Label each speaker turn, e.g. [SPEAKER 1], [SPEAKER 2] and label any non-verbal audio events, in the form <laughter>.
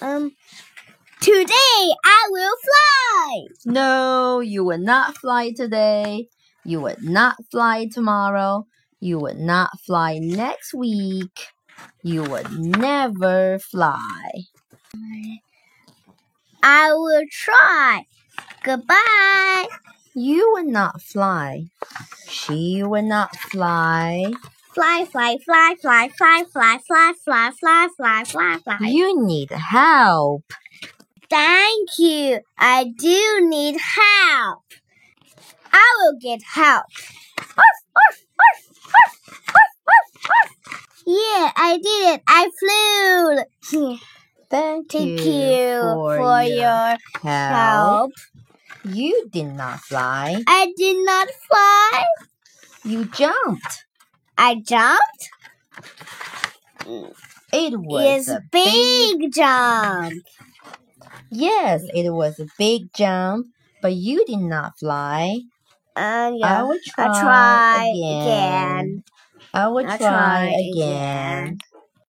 [SPEAKER 1] Um, Today I will fly.
[SPEAKER 2] No, you will not fly today. You will not fly tomorrow. You will not fly next week. You will never fly.
[SPEAKER 1] I will try. Goodbye.
[SPEAKER 2] You will not fly. She will not fly.
[SPEAKER 1] Fly, fly, fly, fly, fly, fly, fly, fly, fly, fly, fly, fly.
[SPEAKER 2] You need help.
[SPEAKER 1] Thank you. I do need help. I will get help. Yeah, I did it. I flew.
[SPEAKER 2] Thank,
[SPEAKER 1] <laughs> Thank you for your help.
[SPEAKER 2] You did not fly.
[SPEAKER 1] I did not fly.
[SPEAKER 2] You jumped.
[SPEAKER 1] I jumped.
[SPEAKER 2] It
[SPEAKER 1] It's
[SPEAKER 2] was
[SPEAKER 1] a big jump.
[SPEAKER 2] Yes, it was a big jump, but you did not fly.
[SPEAKER 1] And
[SPEAKER 2] I
[SPEAKER 1] Oh, yeah,
[SPEAKER 2] will
[SPEAKER 1] I
[SPEAKER 2] try,
[SPEAKER 1] try
[SPEAKER 2] again. I will
[SPEAKER 1] I
[SPEAKER 2] try
[SPEAKER 1] try
[SPEAKER 2] again.
[SPEAKER 1] again.